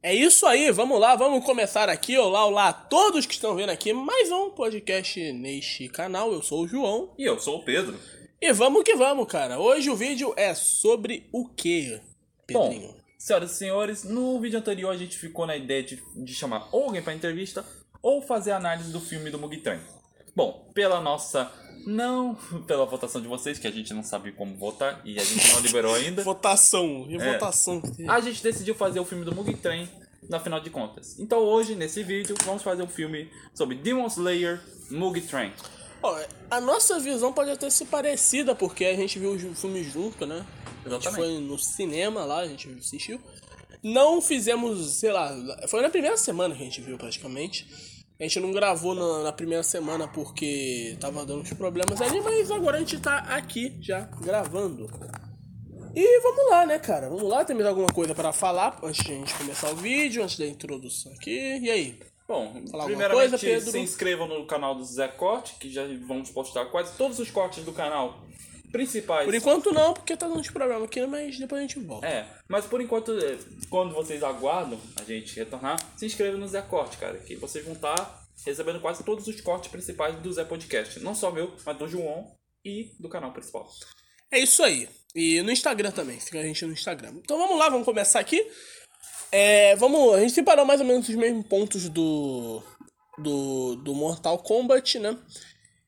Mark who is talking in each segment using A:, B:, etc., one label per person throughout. A: É isso aí, vamos lá, vamos começar aqui, olá, olá a todos que estão vendo aqui mais um podcast neste canal. Eu sou o João
B: E eu sou o Pedro.
A: e vamos que vamos, cara. Hoje o vídeo é sobre o quê, Pedrinho?
B: Bom, senhoras e senhores, no vídeo anterior a gente ficou na ideia de, de chamar ou alguém pra entrevista ou fazer análise do filme do Mugitran. Bom, pela nossa. Não pela votação de vocês, que a gente não sabe como votar e a gente não liberou ainda.
A: votação, e votação.
B: A gente decidiu fazer o filme do Mugitran, na final de contas. Então hoje, nesse vídeo, vamos fazer um filme sobre Demon Slayer Mugitran.
A: Ó, a nossa visão pode até ser parecida, porque a gente viu os filmes junto, né? A gente
B: Exatamente.
A: foi no cinema lá, a gente assistiu. Não fizemos, sei lá, foi na primeira semana que a gente viu praticamente. A gente não gravou na, na primeira semana porque tava dando uns problemas ali, mas agora a gente tá aqui já gravando. E vamos lá, né, cara? Vamos lá, temos alguma coisa para falar antes de a gente começar o vídeo, antes da introdução aqui. E aí?
B: Bom,
A: Falar alguma
B: primeiramente
A: coisa, Pedro?
B: se inscrevam no canal do Zé Corte, que já vamos postar quase todos os cortes do canal principais.
A: Por enquanto não, porque tá dando uns problemas aqui, mas depois a gente volta.
B: É, mas por enquanto, é, quando vocês aguardam a gente retornar, se inscrevam no Zé Corte, cara, que vocês vão estar recebendo quase todos os cortes principais do Zé Podcast. Não só meu, mas do João e do canal principal.
A: É isso aí. E no Instagram também, siga a gente no Instagram. Então vamos lá, vamos começar aqui. É, vamos, a gente separou mais ou menos os mesmos pontos do, do, do Mortal Kombat, né?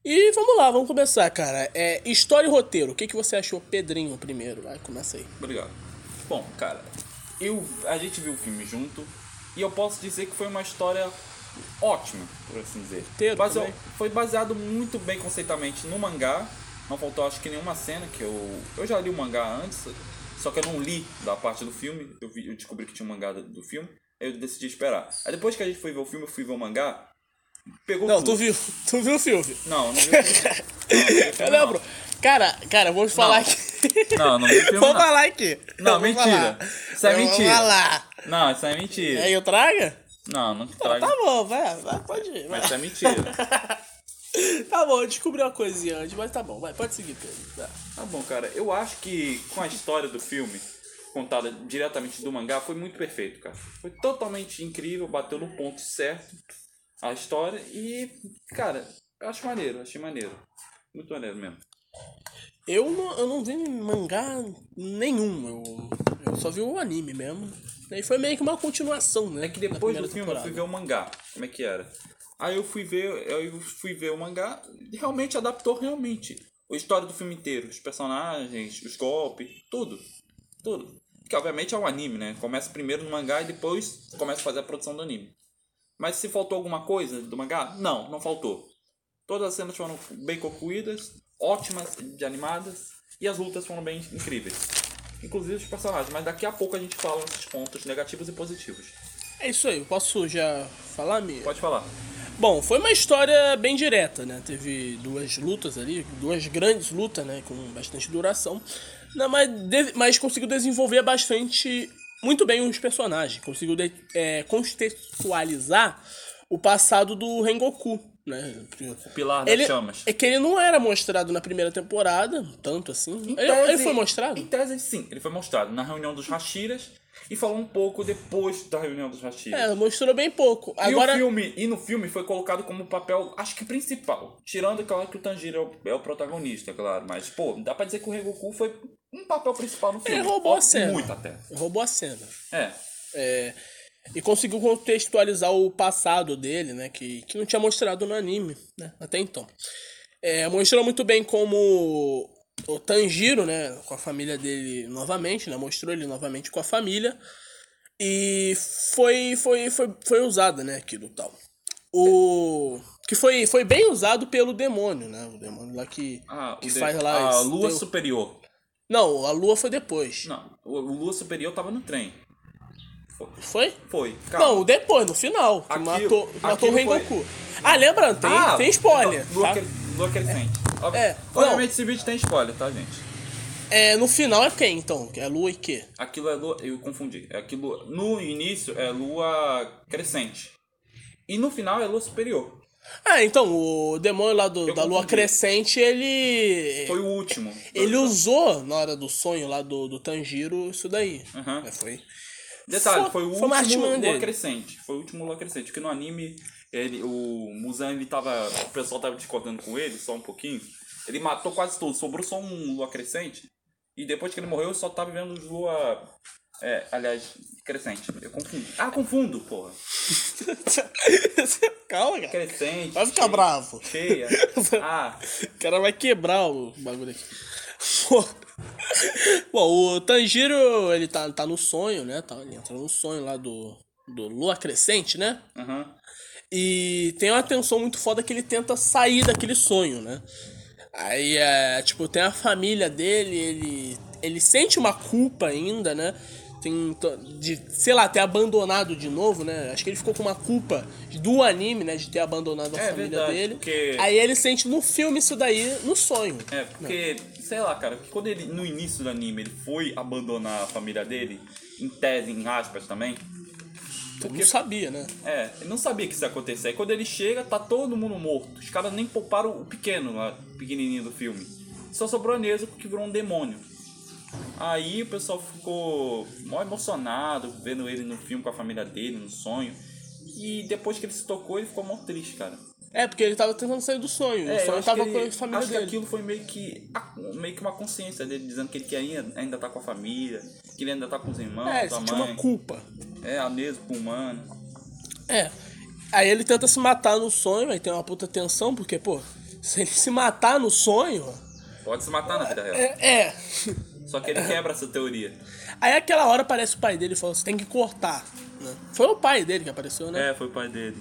A: E vamos lá, vamos começar, cara. É, história e roteiro. O que, que você achou, Pedrinho, primeiro? Vai, começa aí.
B: Obrigado. Bom, cara, eu, a gente viu o filme junto e eu posso dizer que foi uma história ótima, por assim dizer.
A: Roteiro
B: Basea-
A: também.
B: foi baseado muito bem conceitualmente no mangá. Não faltou acho que nenhuma cena que eu. Eu já li o mangá antes, só que eu não li da parte do filme. Eu, vi- eu descobri que tinha um mangá do, do filme. Aí eu decidi esperar. Aí depois que a gente foi ver o filme, eu fui ver o mangá. Pegou
A: Não, tu
B: tudo.
A: viu, tu viu o filme.
B: Não, eu não vi o filme. Não, eu não vi o
A: Eu
B: filme, não.
A: lembro. Cara, cara, vou te falar
B: Não.
A: aqui.
B: Não, eu não vi o filme.
A: Vou
B: não.
A: falar aqui.
B: Não,
A: Eu vou
B: mentira.
A: falar.
B: Isso é
A: Eu vou
B: mentira.
A: falar.
B: Não, isso é mentira.
A: Aí eu traga?
B: Não, não traga.
A: Tá bom, vai, vai pode ir. Vai.
B: Mas isso é mentira.
A: Tá bom, eu descobri uma coisinha antes, mas tá bom, vai, pode seguir, Pedro. Tá.
B: Tá bom, cara. Eu acho que com a história do filme, contada diretamente do mangá, foi muito perfeito, cara. Foi totalmente incrível, bateu no ponto certo a história e, cara, eu acho maneiro, achei maneiro. Muito maneiro mesmo.
A: Eu não, eu não vi mangá nenhum, eu, eu só vi o anime mesmo. E foi meio que uma continuação, né?
B: É que depois
A: da primeira
B: do filme eu fui ver o mangá, como é que era. Aí eu fui ver, eu fui ver o mangá e realmente adaptou realmente a história do filme inteiro, os personagens, os golpes, tudo. Tudo. Que obviamente é um anime, né? Começa primeiro no mangá e depois começa a fazer a produção do anime. Mas se faltou alguma coisa do mangá? Não, não faltou. Todas as cenas foram bem concluídas, ótimas de animadas e as lutas foram bem incríveis. Inclusive os personagens, mas daqui a pouco a gente fala esses pontos negativos e positivos.
A: É isso aí, eu posso já falar, Mi?
B: Pode falar.
A: Bom, foi uma história bem direta, né? Teve duas lutas ali, duas grandes lutas, né? Com bastante duração. Não, mas, de- mas conseguiu desenvolver bastante, muito bem os personagens. Conseguiu de- é, contextualizar o passado do Rengoku, né?
B: O Pilar das
A: Ele,
B: Chamas.
A: é que ele não era mostrado na primeira temporada, tanto assim. Ele, ele foi
B: Em
A: mostrado?
B: tese, sim. Ele foi mostrado na reunião dos Hashiras e falou um pouco depois da reunião dos Hashiras.
A: É, mostrou bem pouco.
B: E, o
A: Agora,
B: filme, e no filme foi colocado como papel, acho que principal. Tirando, claro, que o Tanjiro é o, é o protagonista, claro. Mas, pô, dá pra dizer que o Rengoku foi um papel principal no filme.
A: roubou a
B: Ó,
A: cena.
B: Muito até.
A: roubou a cena.
B: É.
A: É, e conseguiu contextualizar o passado dele, né? Que, que não tinha mostrado no anime, né? Até então. É, mostrou muito bem como o Tanjiro, né? Com a família dele novamente, né? Mostrou ele novamente com a família. E foi, foi, foi, foi usada, né? Aquilo tal. O... Que foi, foi bem usado pelo demônio, né? O demônio lá que,
B: Ah, o
A: que
B: de-
A: faz lá...
B: a
A: esse-
B: Lua
A: deu-
B: Superior.
A: Não, a lua foi depois.
B: Não, o, o Lua Superior tava no trem. Foi.
A: Foi?
B: Foi. Calma.
A: Não, depois, no final. Que
B: Aqui-
A: matou, matou o
B: aquilo
A: Rengoku. Ah, lembrando, tem, tem spoiler.
B: Lua,
A: tá?
B: cre- Lua Crescente. Ob-
A: É,
B: Obviamente esse vídeo tem spoiler, tá, gente?
A: É, no final é quem, então? É Lua e quê?
B: Aquilo é lua. Eu confundi. É Aquilo, no início é lua crescente. E no final é lua superior.
A: Ah, então, o demônio lá do-
B: Eu
A: da Lua
B: confundi.
A: Crescente, ele...
B: Foi o último.
A: Ele usou, na hora do sonho lá do, do Tanjiro, isso daí.
B: Aham.
A: É, foi...
B: Detalhe,
A: Foi-
B: foi, o
A: foi uma
B: último
A: artimanha
B: lua
A: dele.
B: crescente. Foi o último lua crescente. Porque no anime, ele, o Muzan, ele tava. O pessoal tava discordando com ele, só um pouquinho. Ele matou quase todos, sobrou só um lua crescente. E depois que ele morreu, só tava vivendo os lua. É, aliás, crescente. Eu confundo. Ah, confundo, porra.
A: Calma, cara.
B: Crescente.
A: Vai ficar
B: cheia-
A: bravo.
B: Cheia. Ah,
A: O cara vai quebrar o bagulho aqui. Pô. Bom, o Tanjiro, ele tá, tá no sonho, né? Tá, ele entra no sonho lá do, do Lua Crescente, né?
B: aham.
A: E tem uma tensão muito foda que ele tenta sair daquele sonho, né? Aí é, tipo, tem a família dele, ele ele sente uma culpa ainda, né? Tem to- de, sei lá, ter abandonado de novo, né? Acho que ele ficou com uma culpa do anime, né, de ter abandonado a
B: É
A: família
B: verdade,
A: dele.
B: porque-
A: Aí ele sente no filme isso daí, no sonho.
B: É, porque, sei lá, cara, quando ele, no início do anime, ele foi abandonar a família dele, em tese, em aspas também,
A: Eu não sabia, né?
B: é, ele não sabia que isso ia acontecer. Aí quando ele chega, tá todo mundo morto. Os caras nem pouparam o pequeno lá, o pequenininho do filme. Só sobrou a Nezuko que virou um demônio. Aí o pessoal ficou mó emocionado vendo ele no filme com a família dele, no sonho. E depois que ele se tocou, ele ficou mó triste, cara.
A: É, porque ele tava tentando sair do sonho.
B: É,
A: o
B: eu
A: sonho
B: acho
A: tava
B: que
A: com
B: ele-
A: a família
B: acho
A: dele.
B: que aquilo foi meio que, a- meio que uma consciência dele, dizendo que ele que ainda, ainda tá com a família, que ele ainda tá com os irmãos,
A: É, ele
B: com a
A: sentiu
B: mãe.
A: uma culpa.
B: É, a mesma com o humano.
A: É. Aí ele tenta se matar no sonho, aí tem uma puta tensão, porque, pô, se ele se matar no sonho.
B: Pode se matar na vida real.
A: É. é.
B: Só que ele quebra essa teoria.
A: Aí aquela hora aparece o pai dele e fala: você tem que cortar. né? Foi o pai dele que apareceu, né?
B: É, foi o pai dele.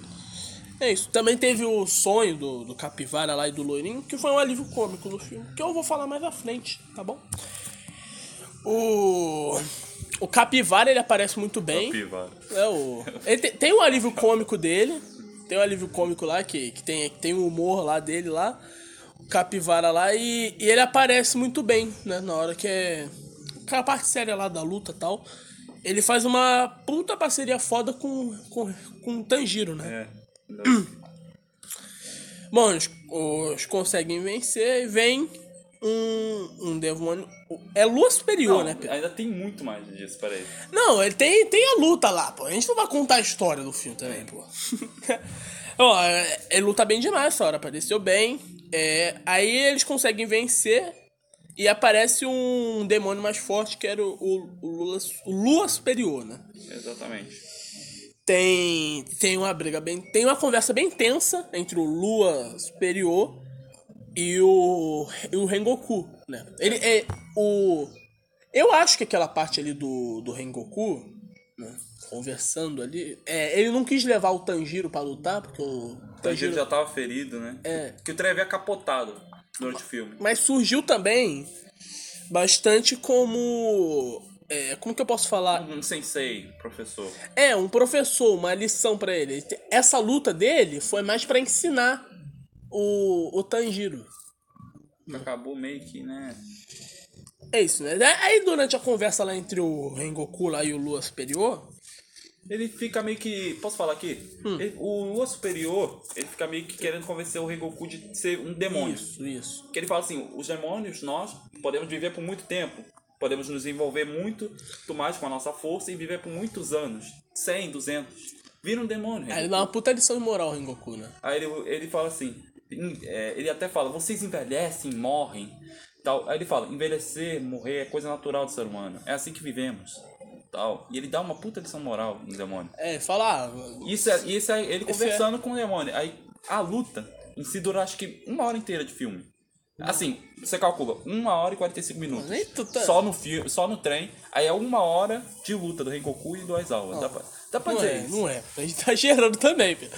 A: É. isso. Também teve o sonho do, do capivara lá e do loirinho, que foi um alívio cômico no filme, que eu vou falar mais à frente, tá bom? O. O capivara ele aparece muito bem.
B: Piva.
A: É o. Ele tem, tem um alívio cômico dele. Tem um alívio cômico lá que, que tem que tem o humor lá dele lá. O capivara lá. E, e ele aparece muito bem, né? Na hora que é. Aquela parte séria lá da luta e tal. Ele faz uma puta parceria foda com, com, com o Tanjiro, né?
B: É.
A: Bom, eles, os conseguem vencer e vem um, um demônio. É lua superior,
B: Não,
A: né, Pedro?
B: ainda tem muito mais disso, peraí.
A: Não, ele tem, tem a luta lá, pô. A gente não vai contar a história do filme também, pô. Ó, é- ele luta bem demais essa hora, apareceu bem. É, aí eles conseguem vencer e aparece um demônio mais forte que era o, o, o Lula, o Lua Superior, né?
B: Exatamente.
A: Tem, tem uma briga bem. Tem uma conversa bem tensa entre o Lua Superior e o, e o Rengoku, né? Ele é. O. Eu acho que aquela parte ali do, do Rengoku, né? Conversando ali. É, ele não quis levar o Tanjiro pra lutar, porque o.
B: O Tanjiro
A: Tanjiro.
B: já tava ferido, né?
A: É.
B: Que o Trey havia capotado durante o filme.
A: Mas surgiu também bastante como. é, como que eu posso falar?
B: Um sensei, professor.
A: É, um professor, uma lição pra ele. Essa luta dele foi mais pra ensinar o, o Tanjiro. Hum.
B: Acabou meio que, né?
A: É isso, né? Aí durante a conversa lá entre o Rengoku lá e o Lua Superior,
B: Ele fica meio que. Posso falar aqui?
A: Hum.
B: Ele- o Lua Superior, ele fica meio que querendo convencer o Rengoku de ser um demônio.
A: isso, isso.
B: Que ele fala assim: os demônios, nós podemos viver por muito tempo. Podemos nos envolver muito, muito mais com a nossa força e viver por muitos anos 100, 200. Vira um demônio.
A: Aí ele
B: Rengoku.
A: dá uma puta lição de moral ao Rengoku, né?
B: Aí ele, ele fala assim: em- é, ele até fala, vocês envelhecem, morrem. Tal. Aí ele fala: envelhecer, morrer é coisa natural do ser humano. É assim que vivemos. Tal. E ele dá uma puta lição moral no demônio.
A: É, fala, ah,
B: Isso é, isso é ele
A: Esse
B: conversando com o demônio. Aí a luta em si dura acho que uma hora inteira de filme. Assim, você calcula, uma hora e 45 minutos.
A: Nem tu tá-
B: Só no filme, só no trem. Aí é uma hora de luta do Rengoku e do Aizawa. Dá pra, dá pra
A: não
B: dizer
A: é,
B: isso.
A: não é. A gente tá gerando também, filho.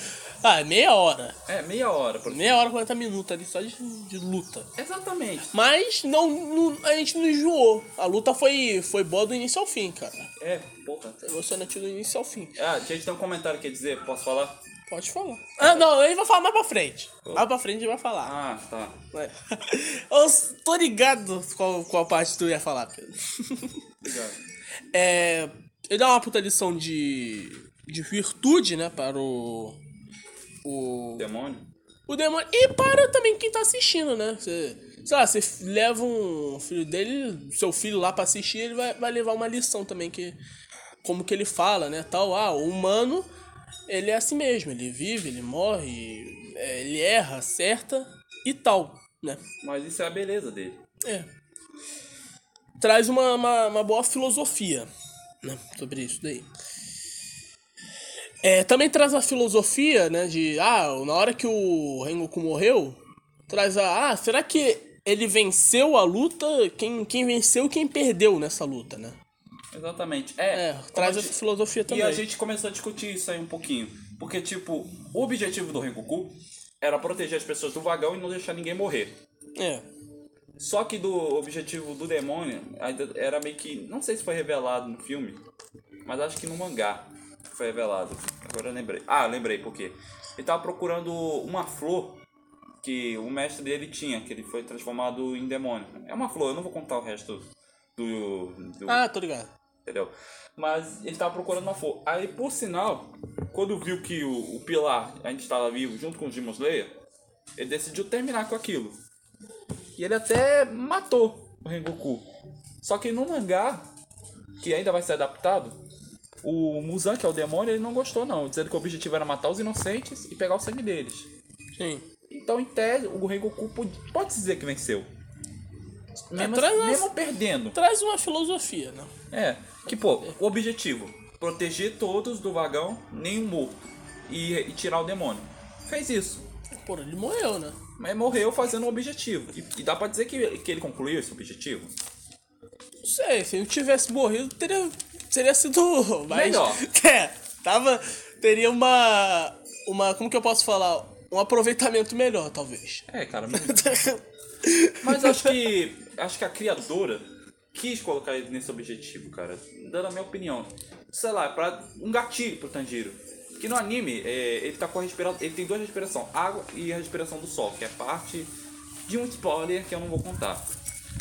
A: Ah, é meia hora.
B: É, meia hora. por-
A: Meia hora, 40 minutos ali só de, de luta.
B: Exatamente.
A: Mas não, não- a gente não enjoou. A luta foi, foi boa do início ao fim, cara.
B: É, porra.
A: Emocionante do início ao fim.
B: Ah, gente, tem um comentário que quer dizer, posso falar?
A: Pode falar. Ah, não, ele vai falar mais pra frente. Mais pra frente ele vai falar.
B: Ah, tá.
A: Vai. Eu s- tô ligado qual, qual parte tu ia falar, Pedro.
B: Obrigado.
A: É, ele dá uma puta lição de, de virtude, né, para o, o...
B: Demônio?
A: O demônio... E para também quem tá assistindo, né? Você, sei lá, você f- leva um filho dele, seu filho lá pra assistir, ele vai, vai levar uma lição também que... como que ele fala, né? Tal, ah, o humano, ele é assim mesmo, ele vive, ele morre, é, ele erra, acerta e tal, né?
B: Mas isso é a beleza dele.
A: É. Traz uma, uma, uma boa filosofia né, sobre isso daí. É, também traz a filosofia, né, de, ah, na hora que o Rengoku morreu, traz a, ah, será que ele venceu a luta, quem, quem venceu e quem perdeu nessa luta, né?
B: Exatamente. É,
A: É, traz
B: como a
A: essa
B: gente-
A: filosofia também.
B: E a gente começou a discutir isso aí um pouquinho. Porque, tipo, o objetivo do Rengoku era proteger as pessoas do vagão e não deixar ninguém morrer.
A: É,
B: Só que do objetivo do demônio ainda era meio que. Não sei se foi revelado no filme, mas acho que no mangá foi revelado. Agora eu lembrei. Ah, lembrei por quê. Ele tava procurando uma flor que o mestre dele tinha, que ele foi transformado em demônio. É uma flor, eu não vou contar o resto do. do
A: Ah, tô ligado.
B: entendeu? Mas ele tava procurando uma flor. Aí, por sinal, quando viu que o, o Pilar ainda estava vivo junto com o Demon Slayer, ele decidiu terminar com aquilo. E ele até matou o Rengoku. Só que no mangá, que ainda vai ser adaptado, o Muzan, que é o demônio, ele não gostou não, dizendo que o objetivo era matar os inocentes e pegar o sangue deles.
A: Sim.
B: Então, em tese, o Rengoku pode, pode dizer que venceu. Mesmo,
A: traz uma-
B: mesmo perdendo.
A: Traz uma filosofia, né?
B: É, que pô, o objetivo: proteger todos do vagão, nenhum morto. E, e tirar o demônio. Fez isso.
A: Pô, ele morreu, né?
B: Mas morreu fazendo o objetivo. E, e dá pra dizer que, que ele concluiu esse objetivo?
A: Não sei, se eu tivesse morrido, teria, teria sido mais...
B: Melhor.
A: É, tava... Teria uma... Uma... Como que eu posso falar? Um aproveitamento melhor, talvez.
B: É, cara. Mas acho que. Acho que a criadora quis colocar ele nesse objetivo, cara. Dando a minha opinião. Sei lá, pra um gatilho pro Tanjiro. Que no anime, é, ele tá com a respiração. Ele tem duas respirações, água e a respiração do sol, que é parte de um spoiler que eu não vou contar.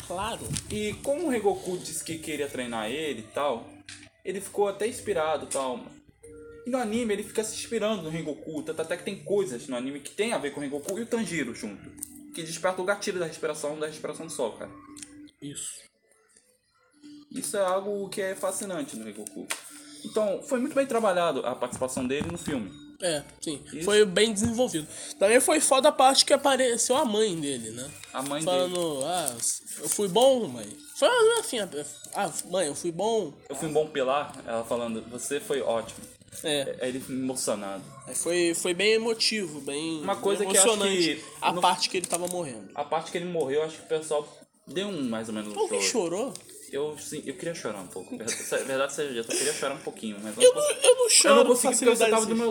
A: Claro.
B: E como o Rengoku disse que queria treinar ele e tal, ele ficou até inspirado e tal. E no anime ele fica se inspirando no Rengoku, tanto até que tem coisas no anime que tem a ver com o Rengoku e o Tanjiro junto. Que desperta o gatilho da respiração, da respiração do sol, cara.
A: Isso.
B: Isso é algo que é fascinante no Rengoku. Então, foi muito bem trabalhado a participação dele no filme.
A: É, sim.
B: Isso.
A: Foi bem desenvolvido. Também foi foda a parte que apareceu a mãe dele, né?
B: A mãe dele.
A: Falando, ah, eu fui bom, mãe. Foi assim, ah, mãe, eu fui bom.
B: Eu fui um bom pilar, ela falando, você foi ótimo.
A: É,
B: É, Ele emocionado.
A: foi, foi bem emotivo, bem
B: Uma coisa
A: bem
B: que eu acho
A: emocionante
B: que
A: a
B: no-
A: parte que ele tava morrendo.
B: A parte que ele morreu, acho que o pessoal deu um mais ou menos um
A: Alguém
B: choro.
A: chorou?
B: Eu, sim, eu queria chorar um pouco. Verdade, verdade seja dita, eu queria chorar um pouquinho, mas
A: Eu não, eu não
B: eu
A: choro
B: não
A: com
B: consegui porque você
A: facilidade
B: tava do
A: assim.
B: meu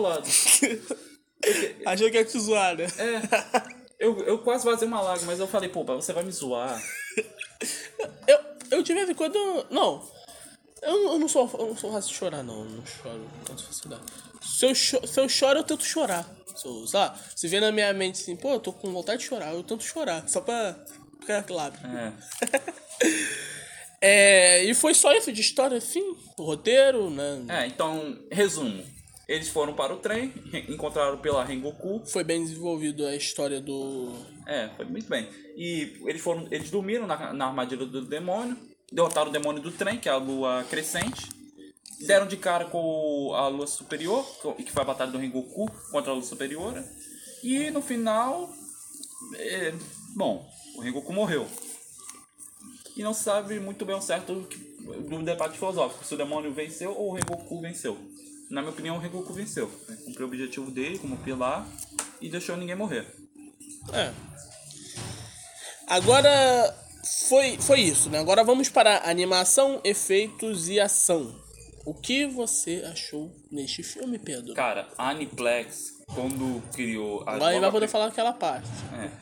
B: lado.
A: Achei que ia te zoar, né?
B: É. Eu, eu quase vazei uma lágrima, mas eu falei, pô, pai, você vai me zoar.
A: Eu, eu de vez em quando. Não. Eu, eu não sou. Eu não sou fácil de chorar, não. Eu não choro com tanta facilidade. Se eu, cho- se eu choro, eu tento chorar. Se, eu, sei lá, se vê na minha mente assim, pô, eu tô com vontade de chorar, eu tento chorar. Só pra ficar claro.
B: É.
A: É, e foi só isso de história, assim. O roteiro, né?
B: É, então, resumo. Eles foram para o trem, re- encontraram pela Rengoku.
A: Foi bem desenvolvido a história do.
B: É, foi muito bem. E eles foram. Eles dormiram na, na armadilha do demônio. Derrotaram o demônio do trem, que é a lua crescente. Deram de cara com a lua superior, co- que foi a batalha do Rengoku contra a lua superior. E no final. é, bom, o Rengoku morreu. E não se sabe muito bem o certo do que- do debate filosófico, se o demônio venceu ou o Rengoku venceu. Na minha opinião, o Rengoku venceu. né? Cumpriu o objetivo dele como pilar e deixou ninguém morrer.
A: É. Agora. Foi, foi isso, né? Agora vamos para animação, efeitos e ação. O que você achou neste filme, Pedro?
B: Cara, a Aniplex, quando criou a
A: Agora ele vai
B: nova-
A: poder falar aquela parte.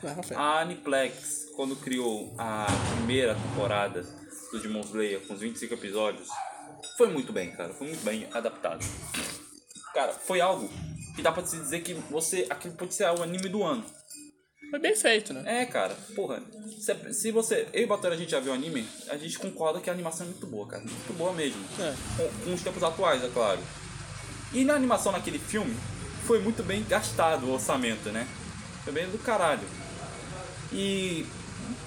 A: Vai pra
B: É.
A: frente.
B: A Aniplex, quando criou a primeira temporada do Demon Slayer com os 25 episódios, foi muito bem, cara. Foi muito bem adaptado. Cara, foi algo que dá pra se dizer que você. Aquilo pode ser o anime do ano.
A: Foi bem feito, né?
B: É, cara, porra. Se, se você. Eu e o Batalha, a gente já viu o anime, a gente concorda que a animação é muito boa, cara. Muito boa mesmo.
A: É.
B: Com, com os tempos atuais, é claro. E na animação naquele filme, foi muito bem gastado o orçamento, né? Foi bem do caralho. E.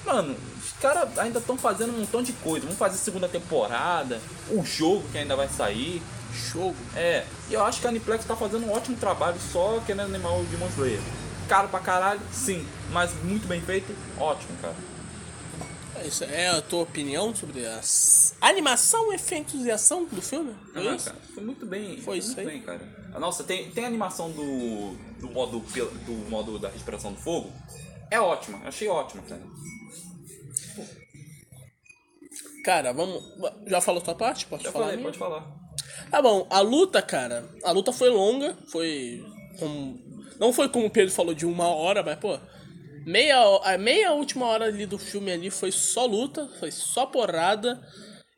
B: Mano, os caras ainda estão fazendo um montão de coisa. Vamos fazer segunda temporada, o jogo que ainda vai sair.
A: Shogo.
B: É, e eu acho que a Aniplex tá fazendo um ótimo trabalho só querendo animar o Demon Slayer. Caro pra caralho, sim, mas muito bem feito, ótimo, cara.
A: É Isso é a tua opinião sobre a s- animação, efeitos e ação do filme? Foi
B: Ah,
A: É isso?
B: cara, foi muito bem.
A: Foi isso
B: muito
A: aí.
B: bem, cara. Ah, Nossa, tem, tem a animação do, do, modo, pel- do modo da respiração do fogo. É ótima, achei ótima, cara.
A: Cara, vamos. Já falou tua parte? Posso
B: Já
A: falar? a
B: falei,
A: minha?
B: pode falar.
A: Tá bom, a luta, cara, a luta foi longa, foi como. Não foi como o Pedro falou de uma hora, mas, pô. Meia, ho- a meia última hora ali do filme ali foi só luta, foi só porrada.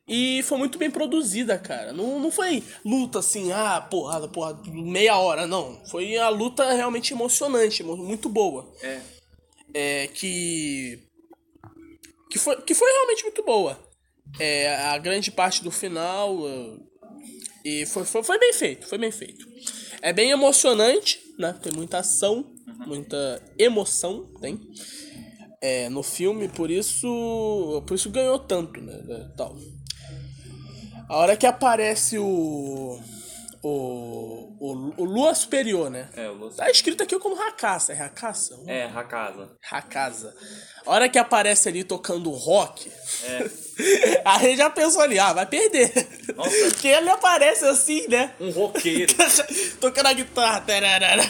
A: E foi muito bem produzida, cara. Não, não foi luta assim, ah, porrada, porrada, meia hora, não. Foi a luta realmente emocionante, mo- muito boa.
B: É,
A: É, que. Que foi, que foi realmente muito boa. É, a grande parte do final. eh, E foi, foi, foi bem feito, foi bem feito. É bem emocionante, né? Tem muita ação, muita emoção tem é, no filme, por isso. Por isso ganhou tanto, né? né, Tal. A hora que aparece o. O, o, o Lua Superior, né?
B: é, o Lúcio.
A: Tá escrito aqui como Rakasa, é Rakasa?
B: É, Hakasa.
A: Rakasa. A hora que aparece ali tocando rock,
B: É.
A: a gente já pensou ali, ah, vai perder.
B: Nossa.
A: Porque ele aparece assim, né?
B: Um roqueiro.
A: Tocando a guitarra. tararara.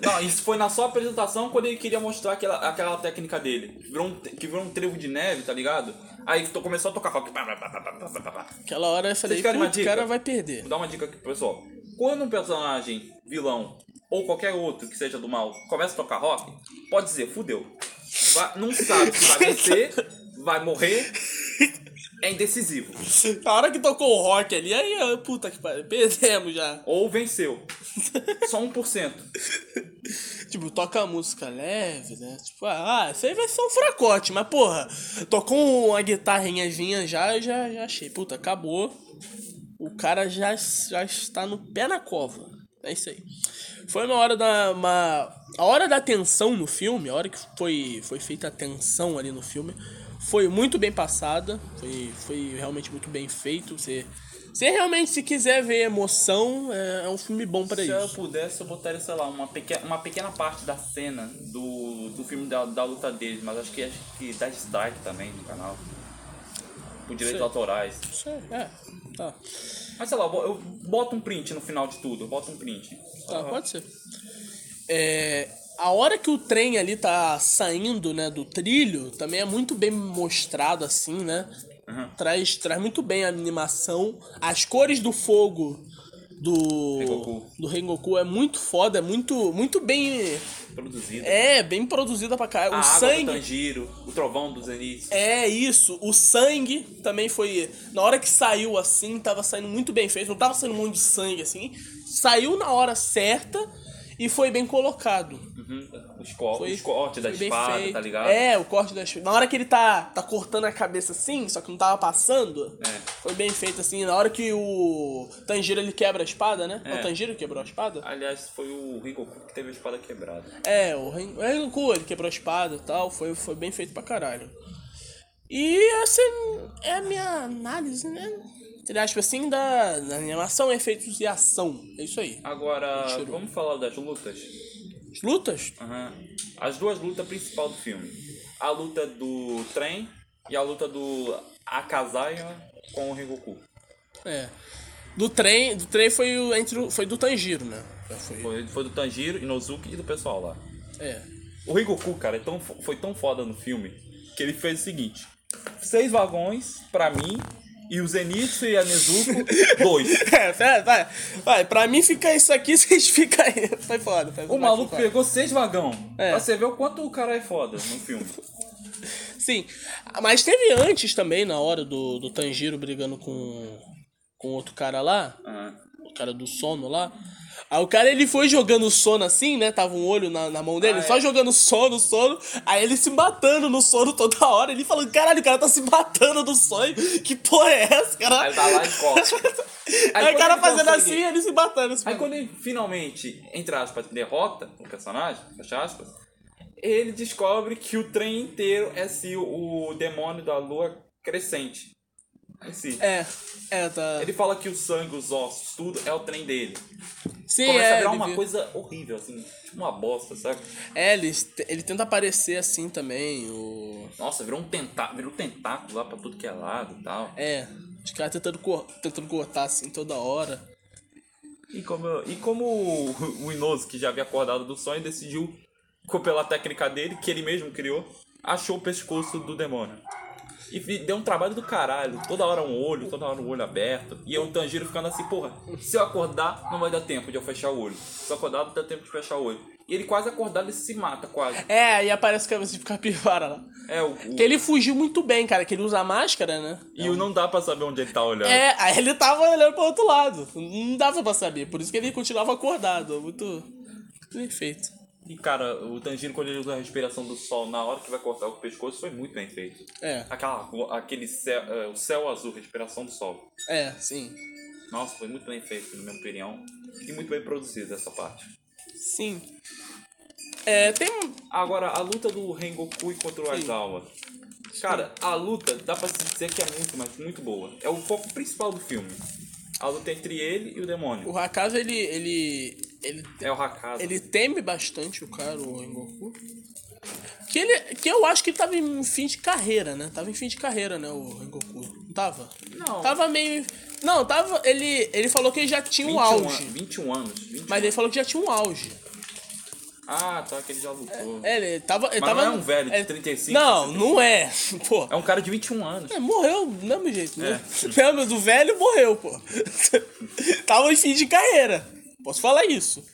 B: Não, isso foi na sua apresentação quando ele queria mostrar aquela, aquela técnica dele. Virou um, te- que virou um trevo de neve, tá ligado? Aí to- começou a tocar rock. Pá, pá, pá, pá, pá, pá, pá, pá.
A: Aquela hora eu falei,
B: Vocês querem uma
A: "Putz, o
B: dica?"
A: cara vai perder.
B: Vou dar uma dica aqui pro pessoal. Quando um personagem, vilão, ou qualquer outro que seja do mal, começa a tocar rock, pode dizer, fudeu. Vai- não sabe se vai vencer, vai morrer. É indecisivo.
A: A hora que tocou o rock ali, aí, ah, puta que pariu, perdemos já.
B: Ou venceu. Só 1%.
A: Tipo, toca a música leve, né? Tipo, ah, isso aí vai ser um fracote, mas porra, tocou uma guitarrinhazinha já, eu já, já achei. Puta, acabou. O cara já, já está no pé na cova. É isso aí. Foi uma hora da. Uma, a hora da tensão no filme, a hora que foi, foi feita a tensão ali no filme, foi muito bem passada. Foi, foi realmente muito bem feito. Você, você realmente, se quiser ver emoção, é, é um filme bom pra
B: Se eu
A: isso.
B: pudesse, eu botaria, sei lá, uma pequena, uma pequena parte da cena do, do filme da, da luta deles, mas acho que, acho que dá destaque também no canal. Por direitos
A: Sim.
B: autorais.
A: Isso aí, é. Tá.
B: Mas sei lá, eu bo- eu boto um print no final de tudo, eu boto um print.
A: Tá, pode ser. É, a hora que o trem ali tá saindo, né, do trilho, também é muito bem mostrado assim, né?
B: Uhum.
A: Traz, traz muito bem a animação. As cores do fogo do
B: Rengoku.
A: do Rengoku é muito foda, é muito muito bem,
B: Produzido.
A: é, bem produzida pra caralho.
B: a
A: O
B: água do
A: sangue
B: Tanjiro, o trovão do Zenith.
A: é isso, o sangue também foi. Na hora que saiu assim, tava saindo muito bem feito, não tava saindo um monte de sangue assim. Saiu na hora certa e foi bem colocado.
B: Uhum. Os, co
A: É. Foi,
B: os cortes da
A: foi bem
B: espada,
A: feito.
B: tá ligado?
A: É, o corte da espada. Na hora que ele tá, tá cortando a cabeça assim, só que não tava passando,
B: É.
A: foi bem feito assim. Na hora que o Tanjiro ele quebra a espada, né?
B: É.
A: O Tanjiro quebrou a espada?
B: Aliás, foi o Rengoku que teve a espada quebrada.
A: É, o Ren- o Rengoku ele quebrou a espada e tal, foi, foi bem feito pra caralho. E assim, é a minha análise, né? Entre aspas, assim, da, da animação, efeitos e ação. É isso aí.
B: Agora,
A: Tanjiro.
B: vamos falar das lutas?
A: As lutas?
B: Aham. As duas lutas principais do filme. A luta do trem e a luta do Akazaya com o Rengoku.
A: É. Do trem, do trem foi, o- entre, o- foi do Tanjiro, né? Foi,
B: Foi, foi do Tanjiro, Inozuki e do pessoal lá.
A: É.
B: O Rengoku, cara, é tão fo- foi tão foda no filme que ele fez o seguinte. Seis vagões pra mim e o Zenitsu e a Nezuko, dois.
A: É, vai, vai, vai, pra mim fica isso aqui, vocês ficam aí. Foi foda, foi
B: O
A: foda,
B: maluco
A: foi foda.
B: pegou seis vagão.
A: É.
B: Pra você ver o quanto o cara é foda no filme.
A: Sim, mas teve antes também, na hora do, do Tanjiro brigando com, com outro cara lá,
B: Ah,
A: o cara do sono lá. Aí o cara ele foi jogando sono assim, né? Tava um olho na, na mão dele,
B: Ah,
A: só
B: é.
A: jogando sono, sono. Aí ele se matando no sono toda hora. Ele falando, caralho, o cara tá se matando no sonho. Que porra é essa, cara?
B: Aí vai lá e corta.
A: Aí,
B: quando
A: o cara
B: ele
A: fazendo
B: consegue-
A: assim, ele se matando. Se
B: Aí
A: matando.
B: quando ele finalmente, entre aspas, derrota o personagem, fecha aspas, ele descobre que o trem inteiro é se o demônio da lua crescente. Assim.
A: É, é, tá.
B: Ele fala que o sangue, os ossos, tudo é o trem dele.
A: Sim,
B: Começa a
A: é,
B: virar
A: ele
B: uma
A: vira-
B: coisa horrível, assim, tipo uma bosta, sabe?
A: é, ele, ele tenta aparecer assim também, o...
B: Nossa, virou um tentáculo, virou um tentáculo lá pra tudo que é lado e tal.
A: É, os caras tentando, cor- tentando cortar assim toda hora.
B: E como, eu- e como o, o Inoso, que já havia acordado do sonho, decidiu, pela técnica dele, que ele mesmo criou, achou o pescoço do demônio. E fi- deu um trabalho do caralho. Toda hora um olho, toda hora um olho aberto. E eu, o Tanjiro, ficando assim, porra, se eu acordar, não vai dar tempo de eu fechar o olho. Se eu acordar, não dá tempo de fechar o olho. E ele quase acordado, ele se mata, quase.
A: É, aí aparece a cabeça de capivara lá.
B: É, o, o-
A: Que ele fugiu muito bem, cara, que ele usa a máscara, né?
B: E o não dá pra saber onde ele tá olhando.
A: É, aí ele tava olhando pro outro lado. Não dava pra saber, por isso que ele continuava acordado. Muito perfeito.
B: E, cara, o Tanjiro, quando ele usa a respiração do sol na hora que vai cortar o pescoço, foi muito bem feito.
A: É,
B: Aquela, aquele céu, é, o céu azul, respiração do sol.
A: é, sim.
B: Nossa, foi muito bem feito, na minha opinião. E muito bem produzido essa parte.
A: Sim. É, tem um.
B: Agora, a luta do Rengoku contra o Aizawa. Cara, a luta dá pra se dizer que é muito, mas muito boa. É o foco principal do filme. A luta entre ele e o demônio.
A: O Hakaza, ele. ele. ele
B: É o Hakaza.
A: Ele teme bastante o cara, o Rengoku. Que, ele, que eu acho que ele tava em fim de carreira, né? Tava em fim de carreira, né, o Rengoku? Não tava?
B: Não.
A: Tava meio. Não, tava. Ele, ele falou que ele já tinha um auge.
B: an- 21 anos. 21
A: Mas ele falou que já tinha um auge.
B: Ah, tá, que ele já lutou. É,
A: É, ele tava. Ele
B: Mas
A: tava
B: não é um velho de
A: ele-
B: 35,
A: Não,
B: 65.
A: não é. Pô.
B: um cara de 21 anos.
A: É, morreu do mesmo jeito, né?
B: É.
A: Não, mas o velho morreu, pô. tava em fim de carreira. Posso falar isso?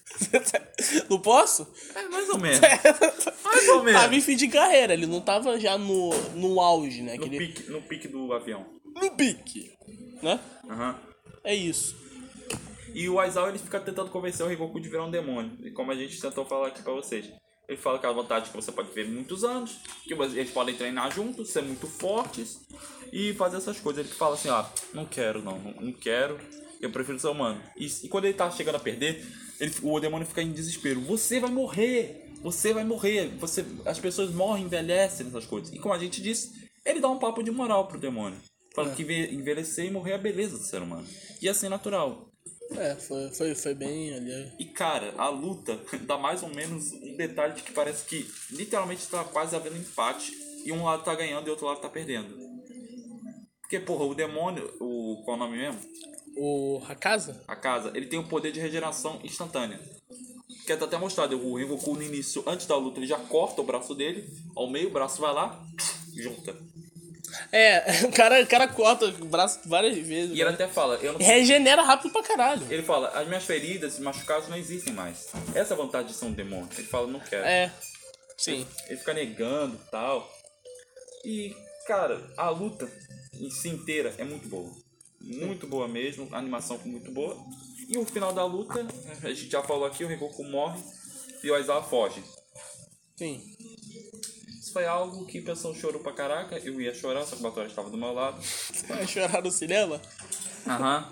A: não posso?
B: É, mais ou menos. Tá mais ou menos.
A: Tava em fim de carreira, ele não tava já no, no auge, né? que
B: No
A: ele-
B: pique, no pique do avião.
A: no pique. Né?
B: Aham.
A: É isso.
B: E o Aizawa ele fica tentando convencer o Rengoku de virar um demônio. E como a gente tentou falar aqui pra vocês. Ele fala que a vantagem é que você pode viver muitos anos, que vo- eles podem treinar juntos, ser muito fortes e fazer essas coisas. Ele fala assim, ah, não quero não, não, não quero, eu prefiro ser humano. E, e quando ele tá chegando a perder, ele- o demônio fica em desespero. Você vai morrer! Você vai morrer! Você, as pessoas morrem, envelhecem, essas coisas. E como a gente disse, ele dá um papo de moral pro demônio. Fala que enve- envelhecer e morrer é a beleza do ser humano. E assim, natural.
A: É, foi, foi, foi bem ali.
B: E cara, a luta dá mais ou menos um detalhe de que parece que literalmente tá quase havendo empate e um lado tá ganhando e o outro lado tá perdendo. Porque, porra, o demônio, o qual é o nome mesmo?
A: O Hakaza?
B: A casa, ele tem o poder de regeneração instantânea. Que tá até mostrado, o Rengoku no início, antes da luta, ele já corta o braço dele, ao meio, o braço vai lá, junta.
A: É, o cara, o cara corta o braço várias vezes. né?
B: E ele até fala, eu não
A: Regenera rápido pra caralho.
B: Ele fala, as minhas feridas e machucados não existem mais. Essa é a vantagem de ser um demônio. Ele fala, não quero.
A: É. Sim.
B: Ele fica negando e tal. E, cara, a luta em si inteira é muito boa. Muito boa mesmo, a animação foi muito boa. E o final da luta, a gente já falou aqui, o Rengoku morre e o Aizawa foge.
A: Sim.
B: Isso foi algo que o pessoal chorou pra caraca, eu ia chorar, só que o Batória estava do meu lado.
A: Vai chorar no cinema?
B: Aham.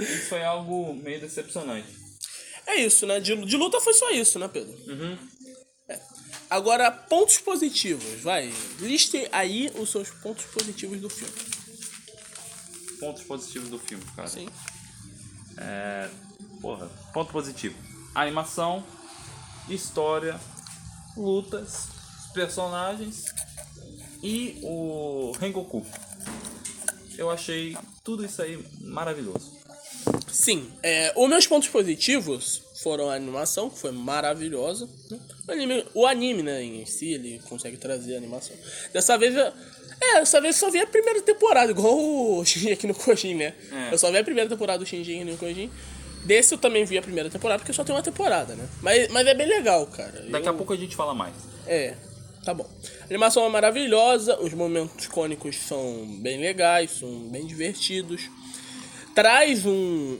B: Isso foi algo meio decepcionante.
A: É isso, né? De, de luta foi só isso, né, Pedro? Uhum. Agora, pontos positivos, vai. Liste aí os seus pontos positivos do filme.
B: Pontos positivos do filme, cara.
A: Sim.
B: É, porra, ponto positivo. Animação, história, lutas, personagens e o Rengoku. Eu achei tudo isso aí maravilhoso.
A: Sim. É, os meus pontos positivos foram a animação, que foi maravilhosa. né? O anime, o anime, né, em si, ele consegue trazer a animação. Dessa vez eu. É, dessa vez eu só vi a primeira temporada, igual o Shinji aqui no Kojin, né?
B: É.
A: Eu só vi a primeira temporada do Shinji aqui no Kojin. Desse eu também vi a primeira temporada, porque só tem uma temporada, né? Mas, mas é bem legal, cara.
B: Daqui a
A: Eu-
B: pouco a gente fala mais.
A: É, tá bom. A animação é maravilhosa, os momentos cônicos são bem legais, são bem divertidos. Traz um,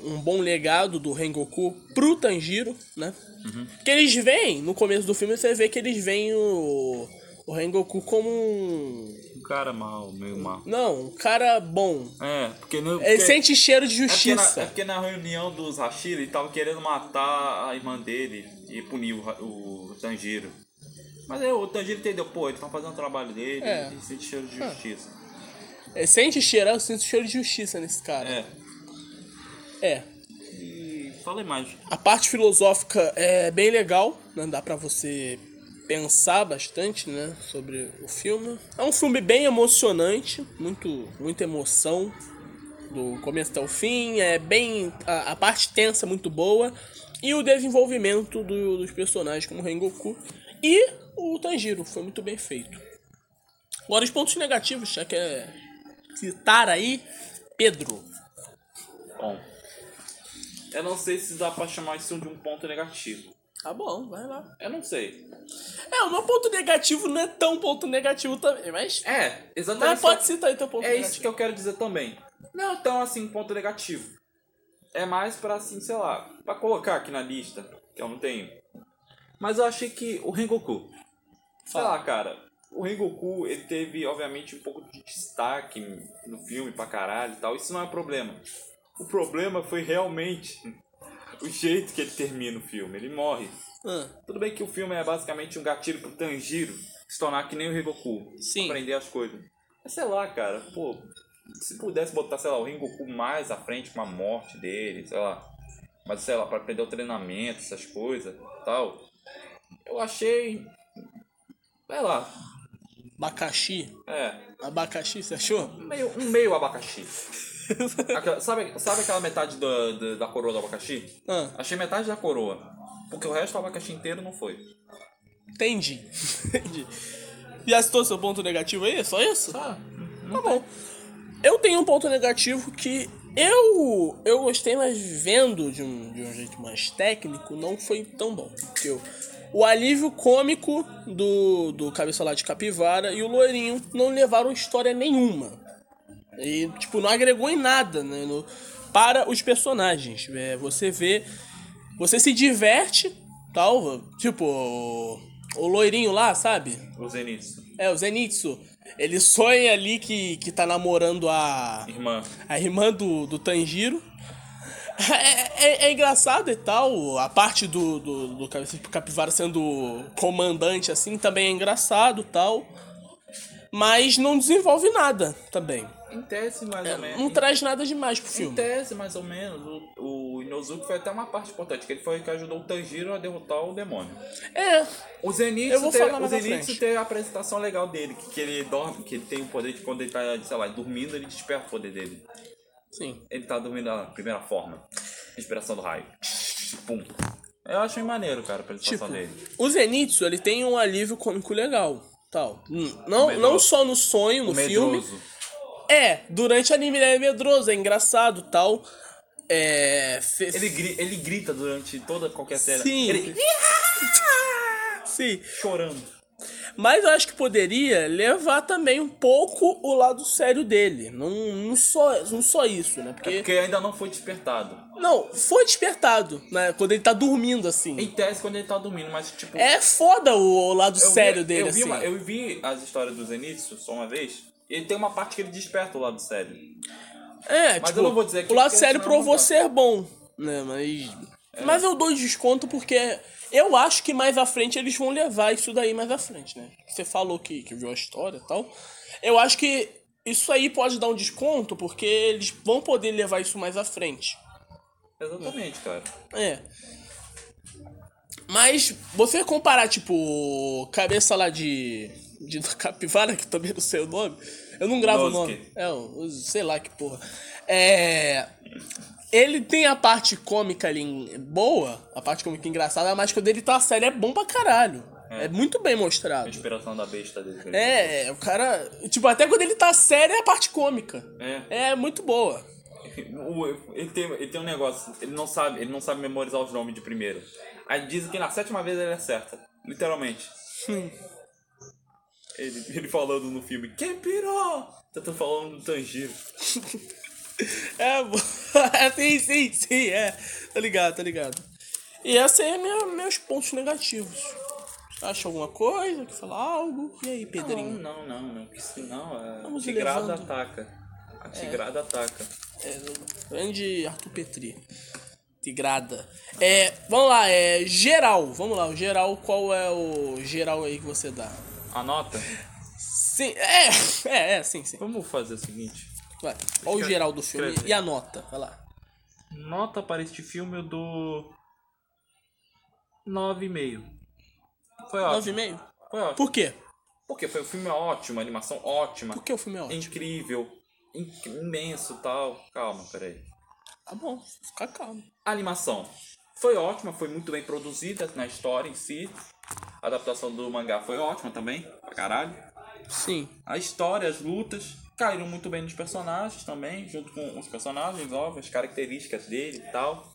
A: um bom legado do Rengoku pro Tanjiro, né?
B: Uhum.
A: Que eles veem, no começo do filme você vê que eles veem o, o Rengoku como um.
B: Um cara mal, meio mal.
A: Não, um cara bom.
B: É, porque no.
A: Ele
B: porque-
A: sente cheiro de
B: é porque, na, é
A: justiça.
B: porque na reunião dos Hashira ele tava querendo matar a irmã dele e punir o, Ra- o Tanjiro. Mas aí o Tanjiro entendeu, pô, ele tá fazendo o trabalho dele
A: É.
B: e sente cheiro de justiça.
A: É, sente cheiro, eu sinto cheiro de justiça nesse cara.
B: É.
A: É.
B: E fala mais.
A: A parte filosófica é bem legal, né? Dá pra você pensar bastante, né? Sobre o filme. É um filme bem emocionante, muito, muita emoção do começo até o fim. É bem. A, a parte tensa é muito boa. E o desenvolvimento do- dos personagens como o Rengoku e o Tanjiro. Foi muito bem feito. Agora os pontos negativos, já que é citar aí, Pedro.
B: Bom. Eu não sei se dá pra chamar isso de um ponto negativo.
A: Tá bom, vai lá.
B: Eu não sei.
A: É, o meu ponto negativo não é tão ponto negativo também, mas.
B: É, exatamente.
A: Mas pode citar aí teu ponto
B: É isso
A: negativo.
B: que eu quero dizer também. Não é tão assim ponto negativo. É mais pra assim, sei lá, pra colocar aqui na lista, que eu não tenho. Mas eu achei que o Rengoku. Sei
A: Fala.
B: lá, cara. O Rengoku, ele teve, obviamente, um pouco de destaque no filme pra caralho e tal. Isso não é problema. O problema foi realmente o jeito que ele termina o filme. Ele morre.
A: Ah,
B: Tudo bem que o filme é basicamente um gatilho pro Tanjiro se tornar que nem o Rengoku.
A: Sim.
B: Aprender as coisas. Mas sei lá, cara, pô. Se pudesse botar, sei lá, o Rengoku mais à frente com a morte dele, sei lá. Mas sei lá, pra aprender o treinamento, essas coisas tal. Eu achei. Sei lá.
A: abacaxi.
B: É.
A: Abacaxi, você achou?
B: Meio, um meio abacaxi. Aquela- sabe, sabe aquela metade da, da, da coroa do abacaxi?
A: Ah,
B: Achei metade da coroa. Porque o resto do abacaxi inteiro não foi.
A: entendi. entendi. Já citou seu ponto negativo aí? É Só isso?
B: Ah,
A: Tá bom. Eu tenho um ponto negativo que eu eu gostei, mas vendo de um, de um jeito mais técnico, não foi tão bom. Porque o- o alívio cômico do, do Cabeça lá de Capivara e o Loirinho não levaram história nenhuma. E, tipo, não agregou em nada né, no- para os personagens. É, você vê. Você se diverte, tal. Tipo, o, o Loirinho lá, sabe?
B: usei nisso.
A: É, o Zenitsu. Ele sonha ali que, que tá namorando a,
B: Irmã.
A: a irmã do, do Tanjiro. É, é- é engraçado e tal. A parte do, do, do Cabeça de Capivara sendo comandante assim também é engraçado e tal. Mas não desenvolve nada também.
B: Em tese, mais ou menos.
A: Não traz nada demais pro
B: Em
A: É, um filme.
B: tese, mais ou menos, o, o Inozuki foi até uma parte importante, que ele foi o que ajudou o Tanjiro a derrotar o demônio.
A: É,
B: O
A: Eu
B: Zenitsu
A: vou
B: tem,
A: falar
B: o
A: mais à
B: Zenitsu
A: frente.
B: tem a apresentação legal dele, que, que ele dorme, que ele tem o poder de quando ele tá, sei lá, dormindo, ele desperta o poder dele.
A: sim.
B: Ele tá dormindo na primeira forma. Inspiração do raio. Pum. Eu achei maneiro, cara, a
A: Tipo,
B: apresentação dele.
A: o Zenitsu, ele tem um alívio cômico legal. Tal. Não, não
B: Medroso.
A: só no sonho, no filme,
B: Medroso.
A: É, durante o anime ele é medroso, é engraçado tal. É. fe-
B: Ele, gri- ele grita durante toda qualquer cena.
A: Sim.
B: Ele
A: Sim.
B: chorando.
A: Mas eu acho que poderia levar também um pouco o lado sério dele. Não, não, só, não só isso, né? Porque.
B: Porque ainda não foi despertado.
A: Não, foi despertado, né? Quando ele tá dormindo, assim.
B: Em tese, quando ele tá dormindo, mas tipo.
A: É foda o, o lado
B: Eu vi-
A: sério dele,
B: eu vi
A: assim.
B: uma- eu vi as histórias do Zenitsu só uma vez. E ele tem uma parte que ele desperta o lado sério.
A: É,
B: Mas
A: tipo,
B: eu não vou dizer aqui
A: o lado
B: porque
A: sério
B: senão eu É. vou
A: provou
B: mudar.
A: ser bom, né? Mas. Mas eu dou desconto porque eu acho que mais à frente eles vão levar isso daí mais à frente, né? Você falou que, que viu a história e tal. Eu acho que isso aí pode dar um desconto porque eles vão poder levar isso mais à frente.
B: Exatamente, cara.
A: É. Mas você comparar, tipo, cabeça lá de. de capivara, que também não sei o nome. Eu não gravo o
B: Nosuke.
A: nome. É, o- sei lá que porra. É. Ele tem a parte cômica ali em- boa, a parte cômica engraçada, mas quando ele tá sério é bom pra caralho. É, muito bem
B: A
A: mostrado.
B: inspiração da besta dele. que ele-
A: É, o cara. Tipo, até quando ele tá sério é a parte cômica.
B: É.
A: É muito boa.
B: O- Ele tem, ele tem um negócio, ele não sabe, ele não sabe memorizar os nomes de primeiro. Aí dizem que na sétima vez ele acerta. Literalmente. Ele, ele falando no filme, Kempiro! Tá tô falando do Tanjiro.
A: É, bo- sim, sim, sim, é. Tá ligado, tá ligado. E esses aí é minha, meus pontos negativos. Você acha alguma coisa? Quer falar algo? E aí,
B: Não,
A: Pedrinho?
B: não, não, não. Porque senão a
A: Vamos
B: tigrada
A: elevando.
B: ataca. A tigrada ataca.
A: É, grande Arthur Petri. Tigrada. É, vamos lá, é geral. Vamos lá, o geral, qual é o geral aí que você dá?
B: Anota.
A: Sim, é, é, é, sim, sim.
B: Vamos fazer o seguinte.
A: Vai. Olha o geral do filme
B: Escreve.
A: e a nota. Vai lá.
B: Nota para este filme eu dou 9,5. Foi ótimo.
A: 9,5?
B: Foi ótimo.
A: Por quê?
B: Porque foi um filme ótimo, a animação ótima,
A: Porque o filme é ótimo.
B: incrível, inc- imenso tal. Calma, peraí.
A: Tá bom, fica calmo.
B: A animação foi ótima, foi muito bem produzida na história em si. A adaptação do mangá foi ótima também, pra caralho.
A: Sim.
B: A história, as lutas caíram muito bem nos personagens também, junto com os personagens, óbvio, as características dele e tal.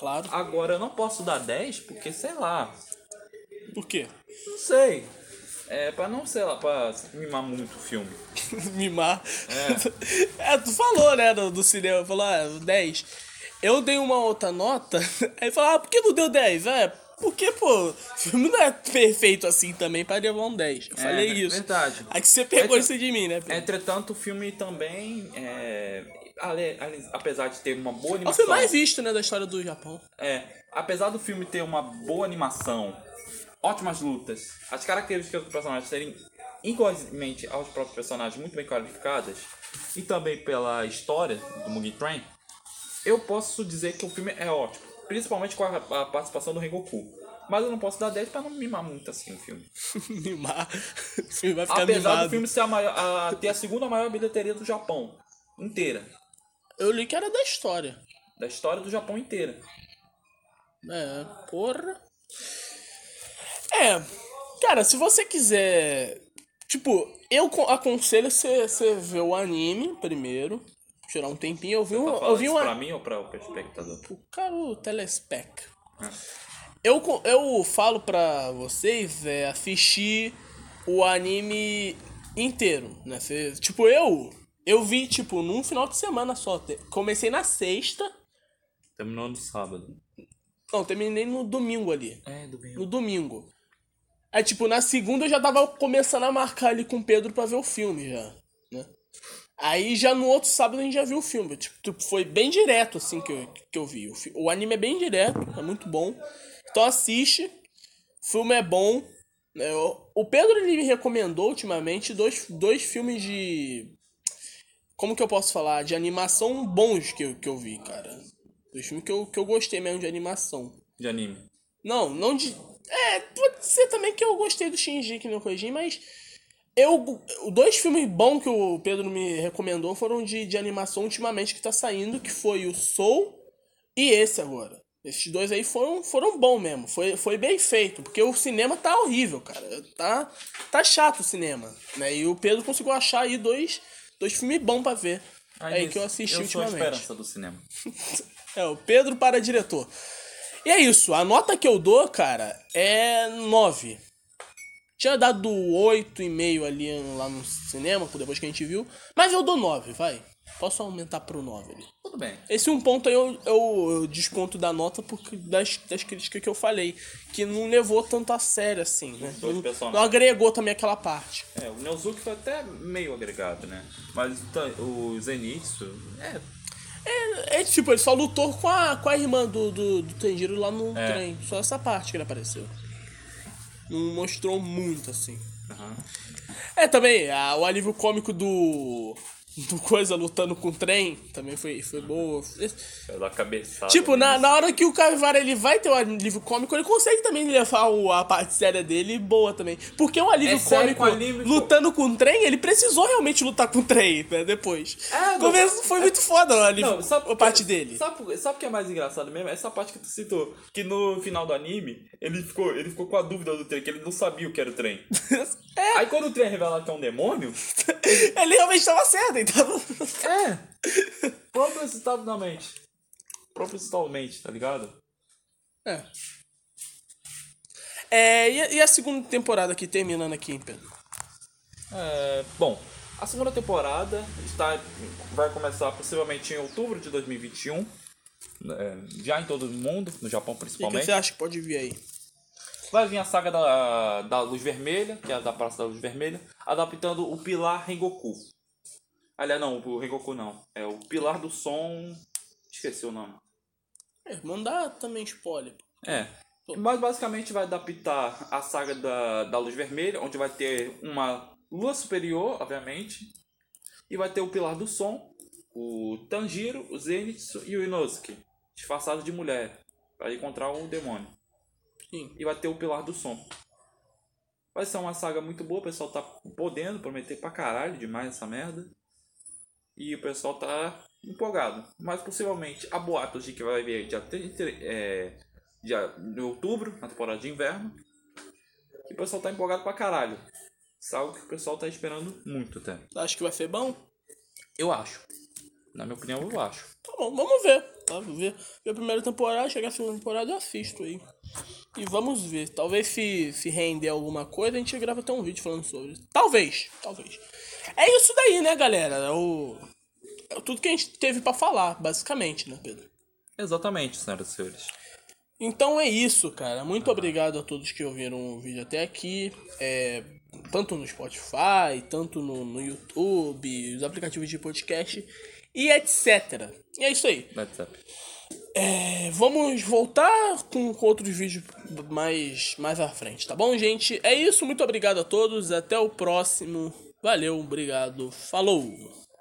A: Claro.
B: Agora eu não posso dar 10 porque, sei lá,
A: Por quê?
B: não sei. É, pra não, sei lá, pra mimar muito o filme.
A: Mimar. É. tu falou, né, do, do cinema. Falou, ah, 10. Eu dei uma outra nota. Aí falou, ah, por que não deu 10? É, porque, pô, o filme não é perfeito assim também pra levar um 10. Eu falei
B: é
A: isso.
B: verdade.
A: Aí que você pegou
B: É que-
A: isso de mim, né, Pedro?
B: Entretanto, o filme também, é, ale- ale- apesar de ter uma boa
A: É o
B: animação...
A: filme mais visto, né, da história do Japão.
B: É, apesar do filme ter uma boa animação, ótimas lutas, as características dos personagens serem igualmente aos próprios personagens muito bem qualificadas, e também pela história do Mugen Train, eu posso dizer que o filme é ótimo. Principalmente com a, a participação do Rengoku. Mas eu não posso dar 10 pra não mimar muito assim o filme.
A: Mimar. O filme vai ficar
B: Apesar
A: mimado.
B: do filme ser a maior, a- ter a segunda maior bilheteria do Japão. Inteira.
A: Eu li que era da história.
B: Da história do Japão inteira. Tá
A: É, porra. É, cara, se você quiser. Tipo, eu co- aconselho você você ver o anime primeiro. Tirar um tempinho. Eu vi um.
B: Tá
A: Eu
B: falando
A: vi
B: isso
A: um.
B: pra mim ou pra o espectador?
A: Pro cara, o Telespec.
B: Ah.
A: Eu, co- eu falo pra vocês é assistir o anime inteiro, né? Cê- tipo, eu. Eu vi, tipo, num final de semana só. Te- Comecei na sexta.
B: Terminou no sábado.
A: Não, terminei no domingo ali.
B: É, do bem.
A: no domingo. Aí, tipo, na segunda eu já tava começando a marcar ali com o Pedro pra ver o filme já, né? Aí já no outro sábado a gente já viu o filme. Tipo, tipo, foi bem direto, assim, que eu, que eu vi. O, fi- o anime é bem direto, é muito bom. Então assiste. O filme é bom. né? Eu- o Pedro ele me recomendou ultimamente dois, dois filmes de. Como que eu posso falar? De animação bons que eu, que eu vi, cara. Dois filmes que eu, que eu gostei mesmo de animação.
B: De anime.
A: Não, não de. É, pode ser também que eu gostei do Shinji no Kojin, mas. Eu. Dois filmes bons que o Pedro me recomendou foram de, de animação ultimamente que tá saindo, que foi o Soul e esse agora. Esses dois aí foram, foram bons mesmo. Foi, foi bem feito, porque o cinema tá horrível, cara. Tá, tá chato o cinema. Né? E o Pedro conseguiu achar aí dois, dois filmes bons pra ver. É
B: Aí
A: aí
B: diz,
A: que eu assisti
B: É eu sou a
A: ultimamente.
B: esperança do cinema.
A: É, o Pedro para diretor. E é isso, a nota que eu dou, cara, é 9. Tinha dado 8,5 ali lá no cinema, depois que a gente viu. Mas eu dou 9, vai. Posso aumentar pro 9 ali.
B: Tudo bem.
A: Esse um ponto aí eu, eu, eu desconto da nota porque das, das críticas que eu falei. Que não levou tanto a sério assim, né?
B: dois
A: Não-
B: personagens.
A: não agregou também aquela parte.
B: É, o Neozuki foi até meio agregado, né? Mas tá- o Zenitsu, é,
A: É, é tipo, ele só lutou com a, com a irmã do, do, do Tanjiro lá no
B: É.
A: trem. Só essa parte que ele apareceu. Não mostrou muito, assim. É, também, a- o alívio cômico do. Do coisa lutando com o trem também foi, foi boa.
B: pela cabeçada.
A: Tipo, na,
B: né?
A: na hora que o Capivara ele vai ter o alívio cômico, ele consegue também levar o- a parte séria dele boa também. Porque um alívio
B: É sério
A: cômico
B: com alívio cômico.
A: lutando com o trem, ele precisou realmente lutar com o trem, né? Depois.
B: É,
A: No começo foi muito foda o alívio,
B: Não, sabe
A: a parte dele.
B: Sabe, por- sabe o que é mais engraçado mesmo? Essa parte que tu citou, que no final do anime, ele ficou, ele ficou com a dúvida do trem, que ele não sabia o que era o trem.
A: É.
B: Aí quando o trem é revelado que é um demônio,
A: Ele realmente tava certo, então.
B: é, propositalmente. Propositalmente, tá ligado?
A: É. É, e, a- e a segunda temporada aqui, terminando aqui, hein, Pedro?
B: É, bom, a segunda temporada está, vai começar possivelmente em outubro de 2021. é, um, já em todo o mundo, no Japão
A: O que, que
B: principalmente.
A: você acha que pode vir aí?
B: Vai vir a saga da, da Luz Vermelha, que é a da Praça da Luz Vermelha, adaptando o Pilar Rengoku. Aliás, não, o Rengoku não. É o Pilar do Som. Esqueci o nome.
A: É, mandar também spoiler.
B: É. Mas basicamente vai adaptar a saga da, da Luz Vermelha, onde vai ter uma Lua Superior, obviamente. E vai ter o Pilar do Som, o Tanjiro, o Zenitsu e o Inosuke, disfarçado de mulher, para encontrar o demônio.
A: Sim.
B: E vai ter o Pilar do Som. Vai ser uma saga muito boa, o pessoal tá podendo prometer pra caralho demais essa merda. E o pessoal tá empolgado. Mas possivelmente há boatos de que vai vir dia 30, é, dia, de outubro, na temporada de inverno. E o pessoal tá empolgado pra caralho. Isso é algo que o pessoal tá esperando muito até.
A: Acho que vai ser bom.
B: Eu acho. Na minha opinião, eu acho.
A: Tá bom, vamos ver. Tá? Vou ver. ver a primeira temporada, chegar a segunda temporada, eu assisto aí. E vamos ver. Talvez se, se render alguma coisa, a gente grava até um vídeo falando sobre. Talvez, talvez. É isso daí, né, galera? É o... é tudo que a gente teve pra falar, basicamente, né, Pedro?
B: Exatamente, senhoras e senhores.
A: Então é isso, cara. Muito obrigado a todos que ouviram o vídeo até aqui. É, tanto no Spotify, tanto no, no YouTube, os aplicativos de podcast e etc. E é isso aí.
B: WhatsApp.
A: É, vamos voltar com, com outros vídeos mais, mais à frente, tá bom, gente? É isso. Muito obrigado a todos. Até o próximo. Valeu, obrigado. Falou!